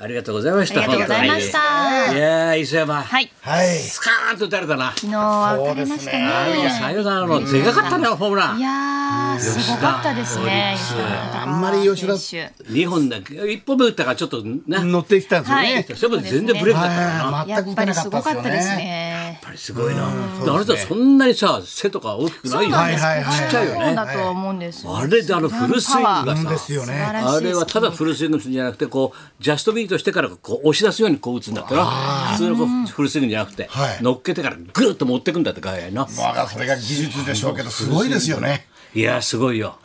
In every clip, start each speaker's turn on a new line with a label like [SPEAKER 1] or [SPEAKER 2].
[SPEAKER 1] ありがとうございまし
[SPEAKER 2] あ
[SPEAKER 1] た
[SPEAKER 2] りがとうございました。
[SPEAKER 1] 本当にいやー磯山、
[SPEAKER 2] はい。
[SPEAKER 3] はい。
[SPEAKER 1] スカーンと打たれたな
[SPEAKER 2] 昨日は打たれましたね。
[SPEAKER 1] いやサヨナラのでかかったねホームラ
[SPEAKER 2] い
[SPEAKER 1] ン
[SPEAKER 2] やー、すごかったですね。吉田
[SPEAKER 3] あんまり吉田
[SPEAKER 2] 選手
[SPEAKER 1] 二本だけ一本目打ったからちょっとな
[SPEAKER 3] 乗ってきたんですよ
[SPEAKER 2] は
[SPEAKER 3] ね
[SPEAKER 2] い。
[SPEAKER 1] それも全然ブレーキだったからなやっ
[SPEAKER 3] は
[SPEAKER 2] や
[SPEAKER 3] い。全
[SPEAKER 2] っぱ
[SPEAKER 3] く打て
[SPEAKER 2] り
[SPEAKER 3] なか
[SPEAKER 2] すご
[SPEAKER 3] った
[SPEAKER 2] か
[SPEAKER 3] で
[SPEAKER 2] った
[SPEAKER 3] すよ
[SPEAKER 2] です
[SPEAKER 3] ね。
[SPEAKER 2] ね。
[SPEAKER 1] ぱりすごいな
[SPEAKER 3] うん
[SPEAKER 1] であの人はそんなにさ背とか大きくない
[SPEAKER 2] そう
[SPEAKER 1] よ
[SPEAKER 2] なんです。
[SPEAKER 3] はいはいはい
[SPEAKER 2] 小
[SPEAKER 1] ちゃい
[SPEAKER 2] 柄
[SPEAKER 1] よね
[SPEAKER 2] な方だと思うんですよ。
[SPEAKER 1] あれであのフルスイングが
[SPEAKER 3] う
[SPEAKER 1] さ
[SPEAKER 3] んですよ
[SPEAKER 2] 素晴
[SPEAKER 3] ね。
[SPEAKER 2] らしい
[SPEAKER 1] あれはただフルスイングするんじゃなくてこうジャストミートしてからこう押し出すようにこう打つんだったら普通のこうフルスイングじゃなくて、
[SPEAKER 3] はい
[SPEAKER 1] 乗っけてからぐーっと持ってくんだって外野にな
[SPEAKER 3] まあそれが技術でしょうけどすごいですよね。
[SPEAKER 1] いやーすごいよ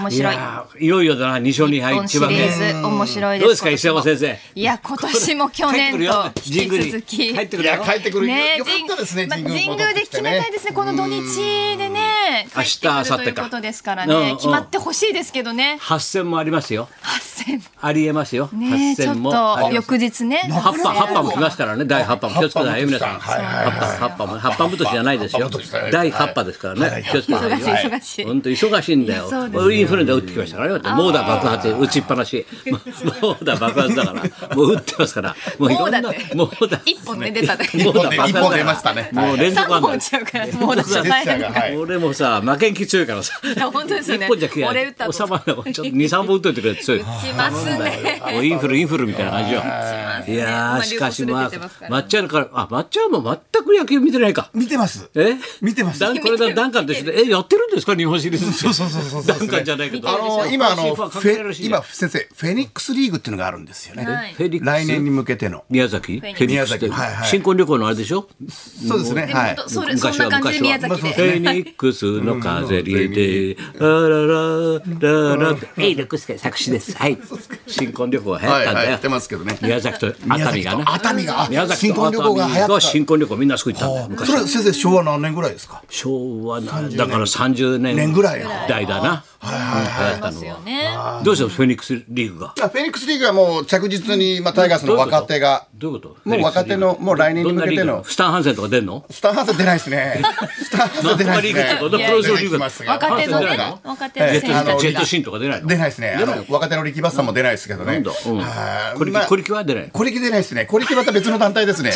[SPEAKER 2] 面
[SPEAKER 1] い
[SPEAKER 2] 白い。
[SPEAKER 1] やーいよいよだな2勝2
[SPEAKER 2] 日
[SPEAKER 1] 敗
[SPEAKER 2] 本シ
[SPEAKER 1] 1
[SPEAKER 2] リ
[SPEAKER 1] 番目
[SPEAKER 2] ーズ面白いです。
[SPEAKER 1] どうですか石山先生
[SPEAKER 2] いや今年も去
[SPEAKER 1] 帰って
[SPEAKER 2] 年
[SPEAKER 1] く
[SPEAKER 2] と
[SPEAKER 1] るよ神宮
[SPEAKER 2] 引き
[SPEAKER 1] に
[SPEAKER 2] 続
[SPEAKER 1] 帰
[SPEAKER 2] き
[SPEAKER 1] ってく
[SPEAKER 3] い
[SPEAKER 1] るよ
[SPEAKER 3] や帰ってくる。
[SPEAKER 2] ね
[SPEAKER 3] よかったですね。
[SPEAKER 2] まあ
[SPEAKER 3] 神宮
[SPEAKER 2] 神
[SPEAKER 3] 戻
[SPEAKER 2] 宮
[SPEAKER 3] っ
[SPEAKER 2] で
[SPEAKER 3] てき
[SPEAKER 2] 決
[SPEAKER 3] て
[SPEAKER 2] め
[SPEAKER 3] ね
[SPEAKER 2] たいですね、この土日でね、帰ってく
[SPEAKER 1] 明
[SPEAKER 2] る
[SPEAKER 1] 日
[SPEAKER 2] と
[SPEAKER 1] 明後
[SPEAKER 2] い
[SPEAKER 1] 日
[SPEAKER 2] う
[SPEAKER 1] か
[SPEAKER 2] ことですから
[SPEAKER 1] うんうん
[SPEAKER 2] ね、決まってほしいですけどね、
[SPEAKER 1] 8000もありますよ
[SPEAKER 2] 8000、
[SPEAKER 1] ありえますよ
[SPEAKER 2] ね、ちょ
[SPEAKER 1] 8000
[SPEAKER 2] っ
[SPEAKER 1] もあ
[SPEAKER 2] と
[SPEAKER 1] ります
[SPEAKER 2] 翌日ね、
[SPEAKER 1] 八波八波も来ますからね第八波も気をつけてね
[SPEAKER 3] 八波も来
[SPEAKER 1] 皆
[SPEAKER 3] た
[SPEAKER 1] さん
[SPEAKER 3] はいはいはい
[SPEAKER 1] 八波も八波太しじゃないですよ
[SPEAKER 3] 八波太じゃない
[SPEAKER 1] 第八波ですから
[SPEAKER 3] は
[SPEAKER 1] ね
[SPEAKER 3] い
[SPEAKER 1] 気をつけてくだ
[SPEAKER 2] 忙しい、
[SPEAKER 1] さい
[SPEAKER 2] 忙しい。
[SPEAKER 1] 本当忙しいんだよ
[SPEAKER 2] いやそうです
[SPEAKER 1] インフルエンザ打ってきましたからねだってモーダー爆発打ちっぱな しモーダー爆発だからもう打ってますからもういろんな
[SPEAKER 2] モーダーって
[SPEAKER 1] モーダー
[SPEAKER 2] 一本ね出ただけ
[SPEAKER 1] モーダー
[SPEAKER 3] 一
[SPEAKER 1] 爆発だ
[SPEAKER 3] 本
[SPEAKER 1] から
[SPEAKER 3] 出ましたね。
[SPEAKER 1] もう連
[SPEAKER 2] 3
[SPEAKER 1] 続安
[SPEAKER 2] 本打
[SPEAKER 1] 打
[SPEAKER 2] っちゃうから、もうだから大変だから。
[SPEAKER 3] はい
[SPEAKER 1] 俺もさ負けん気強いからさ
[SPEAKER 2] や本当ですよね
[SPEAKER 1] 一本じゃ食え
[SPEAKER 2] 俺
[SPEAKER 1] な
[SPEAKER 2] 打
[SPEAKER 1] い
[SPEAKER 2] ったと
[SPEAKER 1] 収まらないちょっと二三本打っといてくれ強い
[SPEAKER 2] 打ちますね。
[SPEAKER 1] もうインフルインフルみたいな感じよいや
[SPEAKER 2] ま
[SPEAKER 1] ー
[SPEAKER 2] あ
[SPEAKER 1] しかし
[SPEAKER 2] 流行
[SPEAKER 1] ま
[SPEAKER 2] す
[SPEAKER 1] あ
[SPEAKER 2] るって言ってますから
[SPEAKER 1] 抹茶のからあ抹茶も全く野球見てないか
[SPEAKER 3] 見てます。
[SPEAKER 1] え
[SPEAKER 3] 見てます
[SPEAKER 1] ダンこれだダンカンと一緒でえやってるんですか日本シリーズ
[SPEAKER 3] そうそうそ うそうそう
[SPEAKER 1] ダンカンじゃないけど
[SPEAKER 3] あの今あのフ
[SPEAKER 1] 関係ないらし
[SPEAKER 3] ェ
[SPEAKER 1] いじゃ
[SPEAKER 3] 今
[SPEAKER 1] ん
[SPEAKER 3] 先生フェニックスリーグっていうのがあるんですよね。
[SPEAKER 2] はい
[SPEAKER 1] フェリックス
[SPEAKER 3] 来年に向けての。
[SPEAKER 1] 宮崎フ
[SPEAKER 2] ェニックス
[SPEAKER 1] ェニックスって
[SPEAKER 3] 宮崎はいはい
[SPEAKER 1] 新婚旅行のあれでしょ
[SPEAKER 3] そうですね。
[SPEAKER 2] でも
[SPEAKER 3] はい。
[SPEAKER 2] それそんな感じで宮崎
[SPEAKER 3] まあ
[SPEAKER 2] で
[SPEAKER 3] そう。
[SPEAKER 1] フェニックスの風にで、あらら、らら、えい、ルックスケ作詞です。はい。新婚旅行は流行ったんだ
[SPEAKER 3] はい
[SPEAKER 1] よ。
[SPEAKER 3] はいやってますけどね
[SPEAKER 1] 宮崎と熱海がね。
[SPEAKER 3] 熱海が
[SPEAKER 1] 宮
[SPEAKER 3] あ
[SPEAKER 1] 崎
[SPEAKER 3] 新
[SPEAKER 1] と
[SPEAKER 3] 婚
[SPEAKER 1] 熱
[SPEAKER 3] 旅行が流行
[SPEAKER 1] 海
[SPEAKER 3] っ
[SPEAKER 1] が
[SPEAKER 3] た。
[SPEAKER 1] 新婚旅行みんなあそこ行ったんだよ。昔
[SPEAKER 3] それ先生昭和何年ぐらいですか。
[SPEAKER 1] 昭和な、だから30年
[SPEAKER 3] 年ぐらいの
[SPEAKER 1] 代だな。
[SPEAKER 2] ありますよね。
[SPEAKER 1] どうしたのフェニックスリーグが。
[SPEAKER 3] フェニックスリーグはもう着実に、まあ、タイガースの若手が
[SPEAKER 1] どういうこと
[SPEAKER 3] もう若手のもう来年に向けて
[SPEAKER 1] どんなリーグな
[SPEAKER 3] の
[SPEAKER 1] スタンハンセンとか出んの
[SPEAKER 3] スターハンセン出ないで すねスターハンセン出ないで
[SPEAKER 1] なんとかリー
[SPEAKER 3] すね
[SPEAKER 1] グってことプロレスリーグ
[SPEAKER 3] 出てきますが
[SPEAKER 2] 若手の
[SPEAKER 1] 出
[SPEAKER 2] ね
[SPEAKER 1] ないの、
[SPEAKER 2] 若手の選
[SPEAKER 1] ジ
[SPEAKER 2] 手
[SPEAKER 3] えあ
[SPEAKER 1] ェ
[SPEAKER 3] の
[SPEAKER 1] ットシーンとか出ないの
[SPEAKER 3] 出ないですねあ
[SPEAKER 1] 出ない
[SPEAKER 3] の若手の力バスさんも出ないですけど
[SPEAKER 1] な
[SPEAKER 3] ね
[SPEAKER 1] んだうん
[SPEAKER 3] はい
[SPEAKER 1] これ
[SPEAKER 3] まあ
[SPEAKER 1] これきは出ない
[SPEAKER 3] 小力出ないですね小力また別の団体 ですね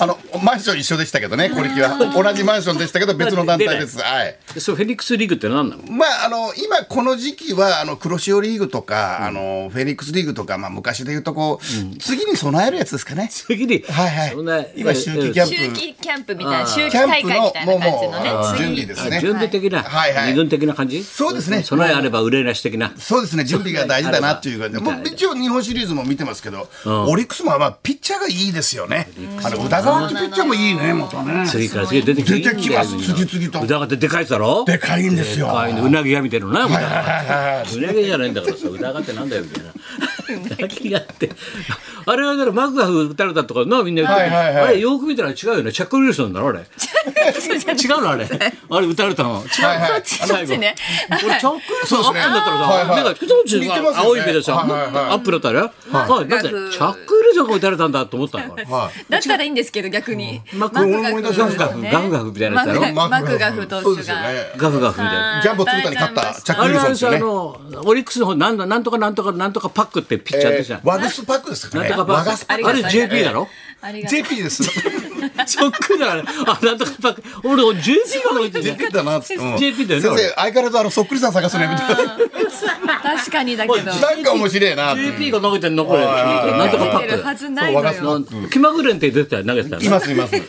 [SPEAKER 3] あのマンション一緒でしたけどね小力は同じマンションでしたけど別の団体ですはい
[SPEAKER 1] それフェニックスリーグって何なの
[SPEAKER 3] まあ、あの今この時期はあの黒潮リーグとか、あのフェニックスリーグとか、まあ、昔でいうとこう、次に備えるやつですかね。
[SPEAKER 1] 次に、
[SPEAKER 3] はいはい
[SPEAKER 1] そんな
[SPEAKER 3] 今秋季キャンプ
[SPEAKER 2] 秋季キャンプみたいな、秋季
[SPEAKER 3] キャン
[SPEAKER 2] 大
[SPEAKER 3] プ
[SPEAKER 2] 会みたい
[SPEAKER 3] の
[SPEAKER 2] な
[SPEAKER 3] もうもうあ
[SPEAKER 2] 感
[SPEAKER 3] の
[SPEAKER 2] じの
[SPEAKER 3] 準
[SPEAKER 2] ね、
[SPEAKER 3] 備
[SPEAKER 2] 次
[SPEAKER 3] ですね。
[SPEAKER 1] 準備的な、
[SPEAKER 3] はいはい
[SPEAKER 1] 二軍的な感じ
[SPEAKER 3] そうですね
[SPEAKER 1] 備えあれば憂いなし的な
[SPEAKER 3] そうですね準備が大事だなっていう感じで、
[SPEAKER 1] そう
[SPEAKER 3] も
[SPEAKER 1] ですね
[SPEAKER 3] う一応日本シリーズも見てますけど、オリックスもまあピッチャーがいいですよね。あの宇田川ってピッチャーもいいね、またね。
[SPEAKER 1] 次から次へ出てきて
[SPEAKER 3] 出てきます次々と
[SPEAKER 1] 宇田川ってでかいやつだろ
[SPEAKER 3] でかいんですよ。
[SPEAKER 1] でかいのうなぎ屋みたいなのな宇田川うなぎ屋じゃないんだからさ宇田川ってなんだよみたいな うなぎ屋ってあれはだからマクガフ打たれたとかなみんな言ってるけど
[SPEAKER 3] はいはいはい
[SPEAKER 1] あれよく見たら違うよねチャック・ウィルソンだ ろあれ違うのあれあれ打たれたの違う
[SPEAKER 3] はいはい
[SPEAKER 2] そっちね。
[SPEAKER 1] 俺チャックルソン
[SPEAKER 3] そ
[SPEAKER 1] アップ
[SPEAKER 3] うですね
[SPEAKER 1] だったら
[SPEAKER 3] はい
[SPEAKER 1] さ、
[SPEAKER 3] はい
[SPEAKER 1] 目がピクトンチ
[SPEAKER 3] 似てますよね
[SPEAKER 1] 青い目でさ、
[SPEAKER 3] はいはいはい
[SPEAKER 1] アップだったらよ。はい、だってチ
[SPEAKER 2] 楽
[SPEAKER 1] ャックルソンが打たれたんだと思ったの。
[SPEAKER 3] は
[SPEAKER 2] だったらいいんですけど逆に。マ
[SPEAKER 3] これ俺思い出しました
[SPEAKER 2] ね
[SPEAKER 1] ガフガフみたいなやつだろ
[SPEAKER 2] マクガフ投
[SPEAKER 3] そう
[SPEAKER 2] 手
[SPEAKER 3] ですよ
[SPEAKER 2] が。
[SPEAKER 3] ね。
[SPEAKER 1] ガフガフみたいな。
[SPEAKER 3] ジャンボトヨタに勝ったチャッ
[SPEAKER 1] あ
[SPEAKER 3] ク・ウィ
[SPEAKER 1] れ
[SPEAKER 3] ルソン
[SPEAKER 1] は
[SPEAKER 3] です
[SPEAKER 1] さ、
[SPEAKER 3] よ
[SPEAKER 1] あ
[SPEAKER 3] ね。
[SPEAKER 1] のオリックスの方なんだなんとかなんとかなんとかパックってピッチャーでじゃん。
[SPEAKER 3] ワガスパックですか
[SPEAKER 1] なん
[SPEAKER 3] ね。
[SPEAKER 1] とか
[SPEAKER 3] ワ
[SPEAKER 1] パ
[SPEAKER 3] ガスパ
[SPEAKER 1] ッ
[SPEAKER 3] ッ
[SPEAKER 1] ク。
[SPEAKER 3] ク。
[SPEAKER 1] あれ JP だろ。
[SPEAKER 2] ありがとう。
[SPEAKER 3] JP です。
[SPEAKER 1] ショックだから。あなんとかパック。俺 JP が言ってた
[SPEAKER 3] JP だなっつ って。うん
[SPEAKER 1] JP だよね
[SPEAKER 3] 先生、相変わらずあのそっくりさん探すねみたいな。
[SPEAKER 2] 確かにだけど。
[SPEAKER 3] なんか面白いなって。
[SPEAKER 1] JP が投げてんのこれ。なんとかパ
[SPEAKER 2] 出るは
[SPEAKER 1] ック。
[SPEAKER 2] ずないの
[SPEAKER 3] そう
[SPEAKER 2] よ。
[SPEAKER 1] 気まぐれんって出てたよ投げてたよね
[SPEAKER 3] いますいます。
[SPEAKER 1] い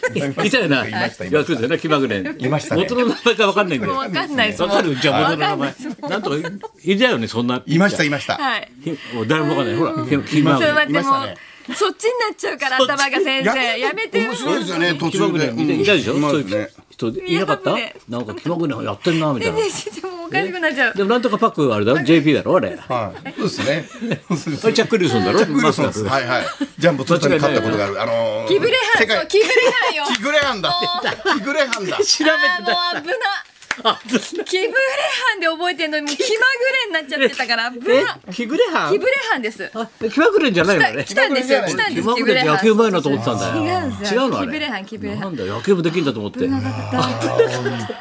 [SPEAKER 1] たよな。
[SPEAKER 3] いましたい
[SPEAKER 1] ヤ
[SPEAKER 3] ま
[SPEAKER 1] クルトな、気まぐれん。
[SPEAKER 3] いましたね
[SPEAKER 1] 元の名前かわかんないんだよ。
[SPEAKER 2] わかんないですも
[SPEAKER 1] わ
[SPEAKER 2] ん
[SPEAKER 1] かるじゃあ元の名
[SPEAKER 2] わかんな
[SPEAKER 1] 前
[SPEAKER 2] いですも。
[SPEAKER 1] なんとか、いたよね、そんな。
[SPEAKER 3] いましたいました。
[SPEAKER 2] はい。
[SPEAKER 1] もう誰もわかんない。ほら、気ま
[SPEAKER 2] ち
[SPEAKER 1] ぐ
[SPEAKER 2] ょっ
[SPEAKER 1] れん。
[SPEAKER 2] と待っ
[SPEAKER 3] いま
[SPEAKER 2] て
[SPEAKER 3] し
[SPEAKER 2] も
[SPEAKER 3] た
[SPEAKER 2] う
[SPEAKER 3] ね
[SPEAKER 2] そっちになっちゃうから頭が先生やめてよ
[SPEAKER 3] 面。白いですよね途
[SPEAKER 1] 気ま
[SPEAKER 3] 中
[SPEAKER 1] ぐ
[SPEAKER 3] で
[SPEAKER 1] れん、いたいたでしょ
[SPEAKER 3] うん
[SPEAKER 1] そうい
[SPEAKER 3] いますね
[SPEAKER 1] う人いなかった
[SPEAKER 2] いなかった
[SPEAKER 1] なんか気まぐれんやってんな、みたい
[SPEAKER 2] 先
[SPEAKER 1] な。
[SPEAKER 2] 生してもおかしくなっちゃう。
[SPEAKER 1] でもなんとかパックあれだろ ?JP だろあれ。
[SPEAKER 3] はい。そうですね。そうです
[SPEAKER 1] あれチャック・リューソンだろ
[SPEAKER 3] ウィルソンです。
[SPEAKER 1] マス
[SPEAKER 3] はいはい。ジャンボトヨタに勝ったことがある。あのー
[SPEAKER 2] キブレハン、
[SPEAKER 3] 世
[SPEAKER 2] そ
[SPEAKER 3] 界
[SPEAKER 2] う キブレハンよ。
[SPEAKER 3] キグレハンだ。キグレハンだ。
[SPEAKER 1] ク調べて
[SPEAKER 2] あーもう危な。気ぶれ班で覚えてんのにもう気まぐれになっちゃってたから危な
[SPEAKER 1] え、キグレハン
[SPEAKER 2] 気ぶれ班です
[SPEAKER 1] あ、気まぐれじゃないのね。
[SPEAKER 2] 来たんですよ来たん
[SPEAKER 1] 気
[SPEAKER 2] です
[SPEAKER 1] ま
[SPEAKER 2] 気
[SPEAKER 1] ぐ
[SPEAKER 2] ぶ
[SPEAKER 1] れっ
[SPEAKER 2] れ
[SPEAKER 1] て
[SPEAKER 2] 班
[SPEAKER 1] 野球うまいなと思ってたんだよ。
[SPEAKER 2] 違うんですよ
[SPEAKER 1] 違うのあれ。
[SPEAKER 2] 気ぶれ班気ぶれ班
[SPEAKER 1] なんだよ野球部できんだと思って。危な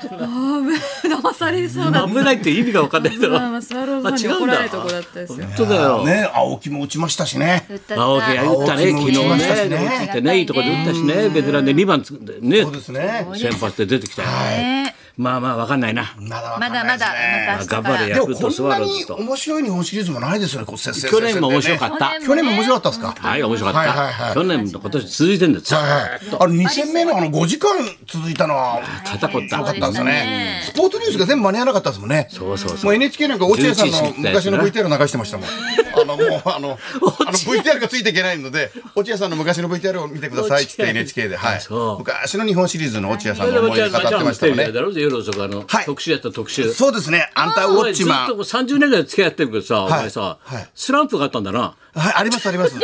[SPEAKER 2] 騙されそうだった
[SPEAKER 1] いって意味が分かんないけど。
[SPEAKER 2] まあまあスワローズファンに怒られるとこだったですよ
[SPEAKER 1] 本当だよ。
[SPEAKER 3] ね、青木も打ちましたしね。
[SPEAKER 2] 歌った
[SPEAKER 1] 青木が打ったね、
[SPEAKER 3] 青
[SPEAKER 1] 昨
[SPEAKER 3] 木
[SPEAKER 1] 日
[SPEAKER 3] も打ちましたしね
[SPEAKER 1] ね。打ってね、いいとこで打ったしね、ベテランで2番つね
[SPEAKER 3] そう、ですね。
[SPEAKER 1] 先発で出てきたよ。
[SPEAKER 2] ね
[SPEAKER 1] まあまあ分かんないな。
[SPEAKER 3] まだわか
[SPEAKER 2] ま
[SPEAKER 3] ん
[SPEAKER 2] だ
[SPEAKER 3] ない
[SPEAKER 2] まだ
[SPEAKER 1] ま
[SPEAKER 2] ま
[SPEAKER 1] あ
[SPEAKER 2] た
[SPEAKER 1] 頑張れ
[SPEAKER 2] れ
[SPEAKER 1] や
[SPEAKER 3] でも
[SPEAKER 1] クルト
[SPEAKER 3] こ
[SPEAKER 1] ス
[SPEAKER 3] ん
[SPEAKER 1] ワ
[SPEAKER 3] な
[SPEAKER 1] ロー
[SPEAKER 3] に
[SPEAKER 1] ズと
[SPEAKER 3] 面白い日本シリーズもないですよね、こう接戦
[SPEAKER 1] 去年も面白か
[SPEAKER 3] っ
[SPEAKER 1] った。
[SPEAKER 3] 去年も面白かったですか。
[SPEAKER 1] はい、面白かった。
[SPEAKER 3] はいはいはい
[SPEAKER 1] 去年と今年続いてんだよ。ずっと
[SPEAKER 3] はいはい。あの二戦目のあの五時間続いたのは
[SPEAKER 1] 肩こっ
[SPEAKER 3] 良
[SPEAKER 1] た
[SPEAKER 3] か。ったですよね
[SPEAKER 2] ね。
[SPEAKER 3] スポーツニュースが全部間に合わなかったですもんね。
[SPEAKER 1] そうそうそう
[SPEAKER 3] もう NHK なんか落合さん
[SPEAKER 1] 11
[SPEAKER 3] の
[SPEAKER 1] 日に行ったやつ
[SPEAKER 3] 昔
[SPEAKER 1] な
[SPEAKER 3] の VTR 流してま したもん。あのもうあのあの VTR がついていけないので落合さんの昔の VTR を見てくださいって言って NHK ではい
[SPEAKER 1] そう
[SPEAKER 3] 昔の日本シリーズの落合
[SPEAKER 1] そ
[SPEAKER 3] さん
[SPEAKER 1] れ
[SPEAKER 3] の
[SPEAKER 1] でも
[SPEAKER 3] 思い
[SPEAKER 1] ちゃ
[SPEAKER 3] 出
[SPEAKER 1] ん
[SPEAKER 3] 語
[SPEAKER 1] と
[SPEAKER 3] ってましたもんね
[SPEAKER 1] だろ夜遅くあの、
[SPEAKER 3] はい
[SPEAKER 1] 特集やった特集。
[SPEAKER 3] そうですねアンタウォッチマン
[SPEAKER 1] お前ずっと30年ぐらい付き合ってるけどさ、お前さ、
[SPEAKER 3] はい
[SPEAKER 1] スランプがあったんだな。
[SPEAKER 3] はいありますあります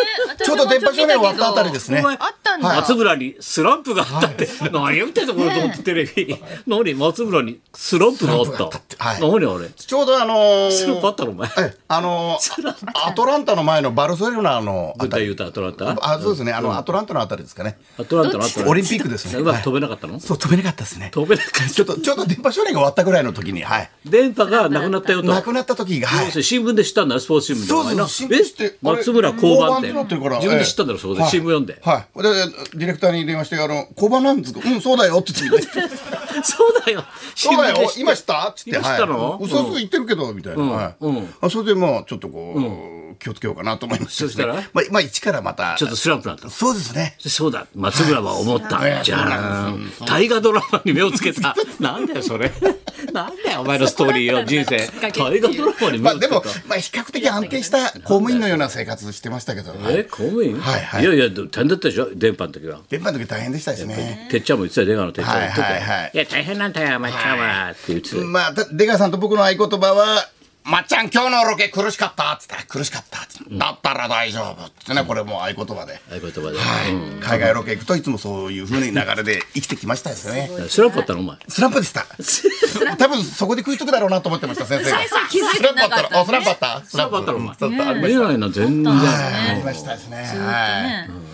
[SPEAKER 3] ちょうど電波少年終わったあたりですね
[SPEAKER 1] お前
[SPEAKER 2] あったんだ
[SPEAKER 1] 松村にスランプがあったって、何やみたいなこと思ってテレビ。何松村にスランプがあっ
[SPEAKER 3] スランプがあっ
[SPEAKER 1] た
[SPEAKER 3] たって。はい
[SPEAKER 1] 何あれ。
[SPEAKER 3] ちょうどあのー
[SPEAKER 1] スランプあったのお前。
[SPEAKER 3] えあのーアトランタの前のバルセロナのあ
[SPEAKER 1] 舞
[SPEAKER 3] た
[SPEAKER 1] 台
[SPEAKER 3] り
[SPEAKER 1] 言うたアトランタ。
[SPEAKER 3] あそうですねあのアトランタのあたりですかね
[SPEAKER 1] アトランタのあった
[SPEAKER 3] オリンピックですね
[SPEAKER 1] うまく
[SPEAKER 3] はい
[SPEAKER 1] 飛べなかったの
[SPEAKER 3] そう飛べなかったですね
[SPEAKER 1] 飛べなかっ
[SPEAKER 3] ちょっとちょうど電波少年が終わったぐらいの時にはい
[SPEAKER 1] た。電波がなくなったよと。
[SPEAKER 3] 亡くなった時がはい
[SPEAKER 1] 要するに新聞で知ったんだろスポーツ新聞で
[SPEAKER 3] そう
[SPEAKER 1] お前
[SPEAKER 3] です
[SPEAKER 1] な
[SPEAKER 3] 新聞知って
[SPEAKER 1] え松村交番って
[SPEAKER 3] 交番ってなってるから
[SPEAKER 1] 自分で知ったんだろそこで
[SPEAKER 3] はい
[SPEAKER 1] 新聞読んで
[SPEAKER 3] はいでディレクターに電話して「あの交番なんですかうんそうだよ」って 言って「
[SPEAKER 1] そうだよ
[SPEAKER 3] そうだよ
[SPEAKER 1] で知って
[SPEAKER 3] 今知った?」っつって「
[SPEAKER 1] 今知ったの
[SPEAKER 3] はい、嘘つ言ってるけど」みたいな、
[SPEAKER 1] うん
[SPEAKER 3] はい
[SPEAKER 1] うん
[SPEAKER 3] あそれでまあちょっとこう、気をつけようかなと思いました、ね、
[SPEAKER 1] そしたら
[SPEAKER 3] まあ、まあ、一からまた
[SPEAKER 1] ちょっとスランプだった
[SPEAKER 3] そうですね
[SPEAKER 1] そうだ松村は思った、
[SPEAKER 3] はい
[SPEAKER 1] じゃあ大河ドラマに目をつけたなんだよ それなんだよお前のストーリーを人生大河ドラマに目
[SPEAKER 3] まあ
[SPEAKER 1] をつけ
[SPEAKER 3] で
[SPEAKER 1] た、
[SPEAKER 3] も、まあ、比較的安定した公務員のような生活してましたけど、はい
[SPEAKER 1] え公務員、
[SPEAKER 3] はいはい
[SPEAKER 1] やいや大変だったでしょ電波の時は
[SPEAKER 3] 電波の時大変でしたですね
[SPEAKER 1] てっちゃんも言ってたよ出川のてっちゃんも言ってたよ、
[SPEAKER 3] はいはいはい
[SPEAKER 1] や大変なんだよお前ちゃんはって言ってたよ
[SPEAKER 3] まあ、だ出川さんと僕の合言葉は、まっちゃん、今日のロケ苦しかったっつったら、苦しかったっつってだったら大丈夫っつってね、これもう合言葉で。
[SPEAKER 1] 合言葉で、
[SPEAKER 3] はい
[SPEAKER 1] うん
[SPEAKER 3] 海外ロケ行くといつもそういうふうに流れで生きてきましたですね。
[SPEAKER 1] スランプだったのお前
[SPEAKER 3] スランプでした。多分そこで食いとくだろうなと思ってました、先生が。
[SPEAKER 2] 最初気づいてなかったね
[SPEAKER 3] スランプあったら、あスランプあった
[SPEAKER 1] スランプあっ
[SPEAKER 3] ら、
[SPEAKER 1] た
[SPEAKER 3] スランプあり
[SPEAKER 1] 見
[SPEAKER 3] ま
[SPEAKER 1] え
[SPEAKER 3] した。
[SPEAKER 1] ないな全然
[SPEAKER 3] ありましたですね。は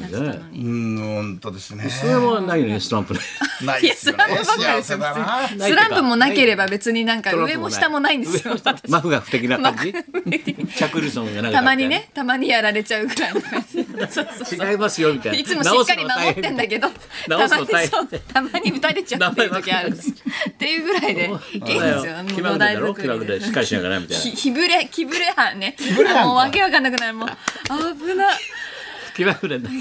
[SPEAKER 2] ね
[SPEAKER 1] ねえ
[SPEAKER 3] い。うん、本当ですね。
[SPEAKER 1] それはないよねスランプね
[SPEAKER 3] ないですよね
[SPEAKER 2] いや。スランプばっかりで
[SPEAKER 3] 幸
[SPEAKER 2] す
[SPEAKER 3] せ
[SPEAKER 2] よ
[SPEAKER 3] だな。
[SPEAKER 2] スランプもなければ別になんか上も下もないんですよ
[SPEAKER 1] マフが不的な感 じ
[SPEAKER 2] マ
[SPEAKER 1] チャクルソンがなんか
[SPEAKER 2] たまにねたまにやられちゃうぐらいの感じそうそうそう
[SPEAKER 1] 違いますよみたいない
[SPEAKER 2] つもしっかり守ってんだけど
[SPEAKER 1] 直
[SPEAKER 2] た
[SPEAKER 1] す
[SPEAKER 2] ま
[SPEAKER 1] の
[SPEAKER 2] に
[SPEAKER 1] 大変
[SPEAKER 2] そうたまに打たれちゃうっていう時あるんですっていうぐらいでいいんですよ
[SPEAKER 1] 気ま
[SPEAKER 2] も
[SPEAKER 1] ぐれ
[SPEAKER 2] う大
[SPEAKER 1] だ
[SPEAKER 2] 丈
[SPEAKER 1] ろ
[SPEAKER 2] 夫
[SPEAKER 1] 気まぐれしっかりしなきゃなみたい
[SPEAKER 2] ひ
[SPEAKER 1] な
[SPEAKER 2] ひぶれきぶれはね
[SPEAKER 3] れ班か
[SPEAKER 2] もうわけわかんなくなるもう危な
[SPEAKER 1] 気まぐれ だろ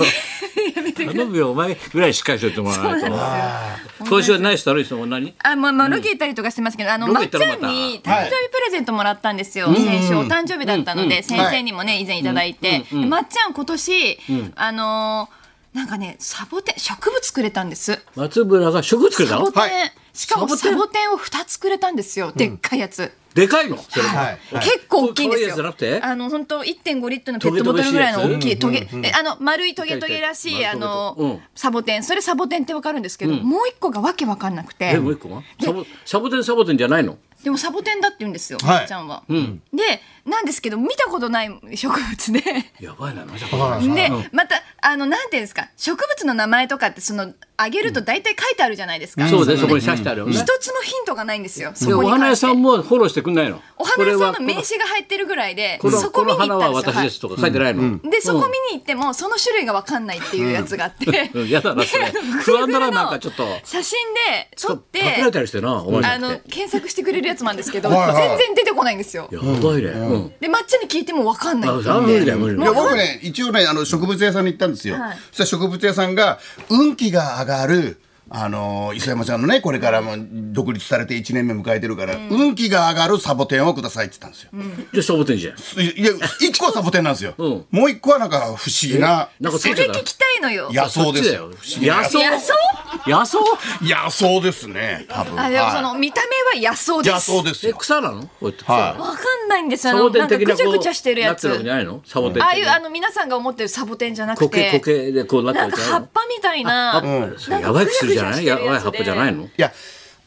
[SPEAKER 1] 頼むよお前ぐらいしっかりしといてもらわないと今週はない人悪い人も何
[SPEAKER 2] あもうもうロケ行ったりとかしてますけど、あの
[SPEAKER 1] ロケ
[SPEAKER 2] ま
[SPEAKER 1] 行
[SPEAKER 2] っ
[SPEAKER 1] った
[SPEAKER 2] ち
[SPEAKER 1] ら
[SPEAKER 2] ゃ
[SPEAKER 1] ま
[SPEAKER 2] ん
[SPEAKER 1] た
[SPEAKER 2] に誕
[SPEAKER 3] はい
[SPEAKER 2] 生日プレゼントもらったんですよ、先週お誕生日だったので、先生にもね以前いただいて、でまっちゃん今年、あのーなんかねサボテン植物くれたんです。
[SPEAKER 1] 松村が植物作るだ
[SPEAKER 2] サ
[SPEAKER 1] ろ
[SPEAKER 2] ボテン、
[SPEAKER 3] はい
[SPEAKER 2] しかも
[SPEAKER 1] サ
[SPEAKER 2] サ
[SPEAKER 1] ボテン
[SPEAKER 2] ボテンを二つくれたんですよ、でっかいやつ。
[SPEAKER 1] でかいのそれも
[SPEAKER 3] はい。はい
[SPEAKER 2] 結構大きいんです
[SPEAKER 1] こういうやつじゃな
[SPEAKER 2] よ
[SPEAKER 1] くて。
[SPEAKER 2] あの本当1.5リットルのペットボトルぐらいの大きいトゲ、えあの丸いトゲトゲら
[SPEAKER 1] 痛
[SPEAKER 2] し
[SPEAKER 1] い
[SPEAKER 2] い
[SPEAKER 1] 痛い
[SPEAKER 2] あ
[SPEAKER 1] 丸いトゲ
[SPEAKER 2] の
[SPEAKER 1] トゲ
[SPEAKER 2] サボテン、それサボテンってわかるんですけど、もう一個がわけわかんなくて
[SPEAKER 1] え。もう一個はサボサボテンサボテンじゃないの
[SPEAKER 2] でもサボテンだって言うんですよ、
[SPEAKER 3] はい
[SPEAKER 2] まっちゃんは。でなんですけど見たことない植物 で
[SPEAKER 1] やばいななんじゃ
[SPEAKER 2] でまたあのなんていうんですか植物の名前とかってそのあげると大体書いてあるじゃないですか。
[SPEAKER 1] そうねそ
[SPEAKER 2] の
[SPEAKER 1] こに刺してあるよね
[SPEAKER 2] 一つのヒントがないんですよ。そ
[SPEAKER 1] で
[SPEAKER 2] こ
[SPEAKER 1] お
[SPEAKER 2] に
[SPEAKER 1] 花屋
[SPEAKER 2] 関して
[SPEAKER 1] さんもフォローしてくんないの
[SPEAKER 2] お花屋さん
[SPEAKER 1] こ
[SPEAKER 2] の
[SPEAKER 1] れは
[SPEAKER 2] 名刺が入ってるぐらいで
[SPEAKER 1] この
[SPEAKER 2] そこ見
[SPEAKER 1] こ
[SPEAKER 2] に
[SPEAKER 1] の
[SPEAKER 2] 行っ
[SPEAKER 1] 花
[SPEAKER 2] た
[SPEAKER 1] は
[SPEAKER 2] んです
[SPEAKER 1] 私です
[SPEAKER 2] よ
[SPEAKER 1] とか書いてないの、
[SPEAKER 2] はいでそこ見に行ってもその種類がわかんないっていうやつがあって
[SPEAKER 1] うんやだなそれ不安だななんかちょっと
[SPEAKER 2] 写真で撮っ
[SPEAKER 1] パクられた
[SPEAKER 2] て
[SPEAKER 1] りしてなお前
[SPEAKER 2] あ
[SPEAKER 1] なん
[SPEAKER 2] の
[SPEAKER 1] て
[SPEAKER 2] 検索してくれるやつなんですけど
[SPEAKER 3] はいはい
[SPEAKER 2] 全然出てこないんですよ
[SPEAKER 1] やばいね、うん
[SPEAKER 2] で抹茶に聞いてもわかんない
[SPEAKER 1] ああ無理だよ無理
[SPEAKER 3] い
[SPEAKER 1] だ
[SPEAKER 3] や
[SPEAKER 1] よ
[SPEAKER 3] 僕ね一応ねあの植物屋さんに行ったんですよ、
[SPEAKER 2] はい
[SPEAKER 3] そしたら植物屋さんが運気が上がるあのー磯山ちゃんのねこれからも独立されて1年目迎えてるから、運気が上がるサボテンをくださいって言ったんですよ、
[SPEAKER 1] じゃあサボテンじゃん
[SPEAKER 3] いや1個はサボテンなんですよ、
[SPEAKER 1] うん
[SPEAKER 3] もう1個はなんか不思議な
[SPEAKER 1] なんか
[SPEAKER 2] そ
[SPEAKER 1] つ
[SPEAKER 2] れ
[SPEAKER 1] いちゃった
[SPEAKER 2] 聞きたいのよ
[SPEAKER 3] 野草ですよ
[SPEAKER 1] そっちだよ野草
[SPEAKER 2] 野草
[SPEAKER 1] 野草
[SPEAKER 3] 野草ですね多分
[SPEAKER 2] あでも
[SPEAKER 3] はい
[SPEAKER 2] その見た目は野草で
[SPEAKER 3] 野
[SPEAKER 2] す
[SPEAKER 3] 草です
[SPEAKER 1] え
[SPEAKER 3] よ
[SPEAKER 1] 草なのこうやって草なの
[SPEAKER 3] は
[SPEAKER 2] わかんないんですよあ
[SPEAKER 1] サ
[SPEAKER 2] の
[SPEAKER 1] ボテ
[SPEAKER 2] な
[SPEAKER 1] ン
[SPEAKER 2] んか
[SPEAKER 1] 的
[SPEAKER 2] ぐ
[SPEAKER 1] な
[SPEAKER 2] ちゃぐちゃしてるや
[SPEAKER 1] な
[SPEAKER 2] つ
[SPEAKER 1] ってるわけじゃないのサボテン的
[SPEAKER 2] あ
[SPEAKER 1] な
[SPEAKER 2] あいうあの皆さんが思ってるサボテンじゃなく
[SPEAKER 1] 苔
[SPEAKER 2] て
[SPEAKER 1] 苔でこうなって
[SPEAKER 2] なん
[SPEAKER 1] る
[SPEAKER 2] か
[SPEAKER 1] じゃ
[SPEAKER 2] 葉
[SPEAKER 1] ん
[SPEAKER 2] っぱみたいな
[SPEAKER 1] それやばい薬じゃないやばい葉っぱじゃないの
[SPEAKER 3] いや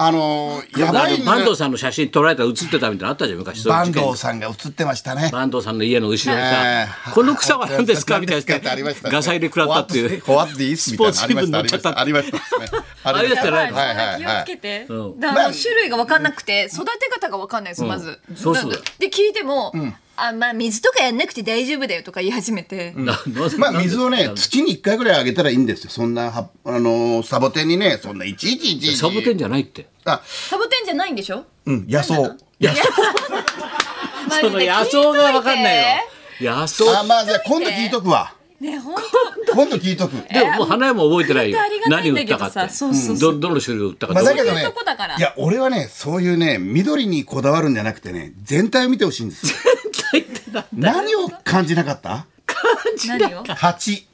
[SPEAKER 3] あのー、やばい
[SPEAKER 1] あの坂東さんの写真撮られたら写ってたみたいなのあったじゃん昔そういう
[SPEAKER 3] 坂
[SPEAKER 1] 事件
[SPEAKER 3] 東さんが映ってましたね。
[SPEAKER 1] 坂東さんの家の後ろに
[SPEAKER 3] え
[SPEAKER 1] さ「
[SPEAKER 3] え
[SPEAKER 1] この草は何ですか?」みたい
[SPEAKER 3] 何ですかってあり
[SPEAKER 1] な
[SPEAKER 3] ま したね
[SPEAKER 1] ガサ入れ食らったっていう
[SPEAKER 3] What's- What's this? み
[SPEAKER 1] ス
[SPEAKER 3] たいなのありました
[SPEAKER 1] ポーツ新聞載っちゃった
[SPEAKER 3] ありましたですね
[SPEAKER 1] あれだったら
[SPEAKER 2] は
[SPEAKER 1] ない
[SPEAKER 2] い
[SPEAKER 1] の
[SPEAKER 3] はいはいはい
[SPEAKER 2] 気をつけて、
[SPEAKER 1] うん
[SPEAKER 2] だからもう種類が分かんなくて育て方が分かんないです、まず
[SPEAKER 1] そうそう
[SPEAKER 2] だで聞いても、あまあ水とかやんなくて大丈夫だよとか言い始めて、
[SPEAKER 3] まあ水をね、
[SPEAKER 1] つ
[SPEAKER 3] 月に1回ぐらいあげたらいいんですよ。そんなは、あのーサボテンにね、そんないちいちいちいち。
[SPEAKER 1] サボテンじゃないって
[SPEAKER 3] あ、
[SPEAKER 2] サボテンじゃないんでしょ
[SPEAKER 3] うん、野草。
[SPEAKER 2] マジ
[SPEAKER 1] そ
[SPEAKER 2] で
[SPEAKER 1] の野草が分かんないよ野草
[SPEAKER 3] あ、まあじゃあ今度聞いとくわ。
[SPEAKER 2] ね本
[SPEAKER 3] 今度聞いとく。
[SPEAKER 1] でももう花屋も覚えてないよ
[SPEAKER 2] 本当ありがた
[SPEAKER 1] 何
[SPEAKER 2] いん
[SPEAKER 1] 売
[SPEAKER 2] だ
[SPEAKER 1] った
[SPEAKER 2] けどさ
[SPEAKER 1] かって
[SPEAKER 2] そうそうそう
[SPEAKER 1] どどの種類を売ったか
[SPEAKER 3] まあ、
[SPEAKER 1] ど
[SPEAKER 3] だ
[SPEAKER 1] こ
[SPEAKER 3] けど
[SPEAKER 2] そう
[SPEAKER 3] ね
[SPEAKER 2] いうとこだから
[SPEAKER 3] いや俺はねそういうね緑にこだわるんじゃなくてね全体を見てほしいんですよ
[SPEAKER 1] 入ってた
[SPEAKER 3] 何を感じなかった
[SPEAKER 2] 当何よ
[SPEAKER 3] 蜂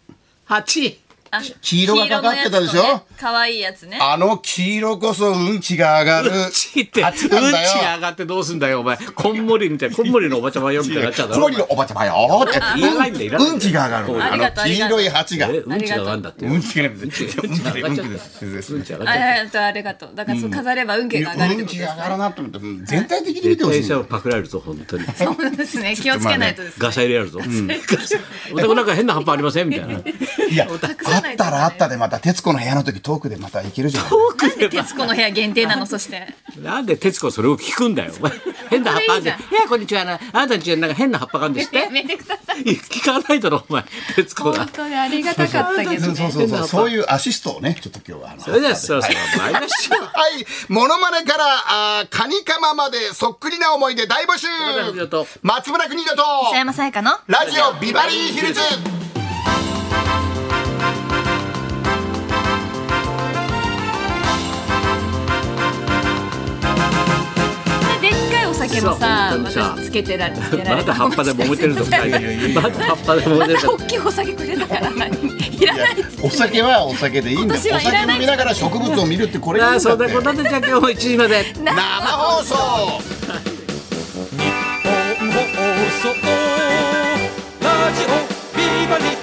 [SPEAKER 1] 八
[SPEAKER 2] あ
[SPEAKER 3] 黄色がかかってたでし
[SPEAKER 2] 黄
[SPEAKER 3] ょ
[SPEAKER 2] 色のやつとね可愛いやつね
[SPEAKER 3] あの黄色こそ運気が上がる
[SPEAKER 1] うんちってうんち
[SPEAKER 3] 蜂なんだよ
[SPEAKER 1] 上がってどうすんだよお前こんもりみたいなこんもりのおばちゃまよみたいになっちゃうだ
[SPEAKER 3] 小
[SPEAKER 1] ろ
[SPEAKER 3] 森のおばちゃまよって
[SPEAKER 1] いらないんだいらないんだ
[SPEAKER 3] 運気が上がるの
[SPEAKER 2] あ
[SPEAKER 3] あ
[SPEAKER 2] り
[SPEAKER 3] の
[SPEAKER 2] がとう
[SPEAKER 3] 黄色い蜂が
[SPEAKER 1] えうんちが上がんだって
[SPEAKER 3] 運気が上がる
[SPEAKER 1] うん
[SPEAKER 3] ん
[SPEAKER 1] ち
[SPEAKER 3] だ
[SPEAKER 1] 上がっちゃったうんち上がっちゃ
[SPEAKER 2] あ
[SPEAKER 1] った
[SPEAKER 2] ありがとうありがとうだからそう飾れば運気が上がるって
[SPEAKER 3] 運
[SPEAKER 2] こと
[SPEAKER 3] 気
[SPEAKER 2] です
[SPEAKER 3] が上がる
[SPEAKER 2] ね
[SPEAKER 3] なと思ってうん全体的に見
[SPEAKER 1] 絶
[SPEAKER 3] てほし
[SPEAKER 1] 対
[SPEAKER 3] いんです
[SPEAKER 1] さ
[SPEAKER 3] よ
[SPEAKER 1] パクられるぞ本当に
[SPEAKER 2] そうですね気をつけないとですね
[SPEAKER 1] ガサ入れやるぞお宅なんか変な葉っぱありませんみたいない
[SPEAKER 3] やあ
[SPEAKER 2] さないとね
[SPEAKER 3] ったらあったでまた徹子の部屋の時トークでまたいけるじゃない
[SPEAKER 2] なんで徹子の部屋限定なのそして
[SPEAKER 1] なんで徹子それを聞くんだよお前変な葉っぱあるじゃん
[SPEAKER 2] こ
[SPEAKER 1] いやこんにちはあのあなたんちなんか変な葉っぱがあるんで
[SPEAKER 2] 見
[SPEAKER 1] すって
[SPEAKER 2] て見てください
[SPEAKER 1] 聞かないだろお前徹子が
[SPEAKER 2] 本当にありがたかったけど
[SPEAKER 3] そう
[SPEAKER 2] ね
[SPEAKER 3] そうそうそういうアシストをねちょっと今日はあの
[SPEAKER 1] それではそろそろ参りましょう
[SPEAKER 3] はい、モノマネからあーカニカマまでそっくりな思い出大募集
[SPEAKER 1] 村邦夫と
[SPEAKER 3] 松村邦洋と
[SPEAKER 2] 磯山さやかの
[SPEAKER 3] ラジオビバリーヒルズ
[SPEAKER 2] でっかいお酒もさ
[SPEAKER 1] そう本当にさ
[SPEAKER 2] 私つけてられつけられ
[SPEAKER 1] まだ葉っぱで揉めてるぞお前まだ葉っぱで揉
[SPEAKER 2] ま
[SPEAKER 1] めてる
[SPEAKER 2] だ
[SPEAKER 1] ぞ
[SPEAKER 2] 大きいお酒くれたから何いらないっつって
[SPEAKER 3] お酒はお酒でいいんだよ
[SPEAKER 2] 今
[SPEAKER 3] お
[SPEAKER 2] 年はいら
[SPEAKER 3] 酒
[SPEAKER 2] ない
[SPEAKER 3] 飲みながら植物を見るってこれがい
[SPEAKER 1] あ
[SPEAKER 3] い
[SPEAKER 1] あ
[SPEAKER 3] んだ
[SPEAKER 1] そ
[SPEAKER 3] っ
[SPEAKER 1] んな
[SPEAKER 3] て
[SPEAKER 1] こ
[SPEAKER 3] 生
[SPEAKER 1] とでじゃあ今日も1時まで
[SPEAKER 3] 放送
[SPEAKER 4] 放送ラジオビバリー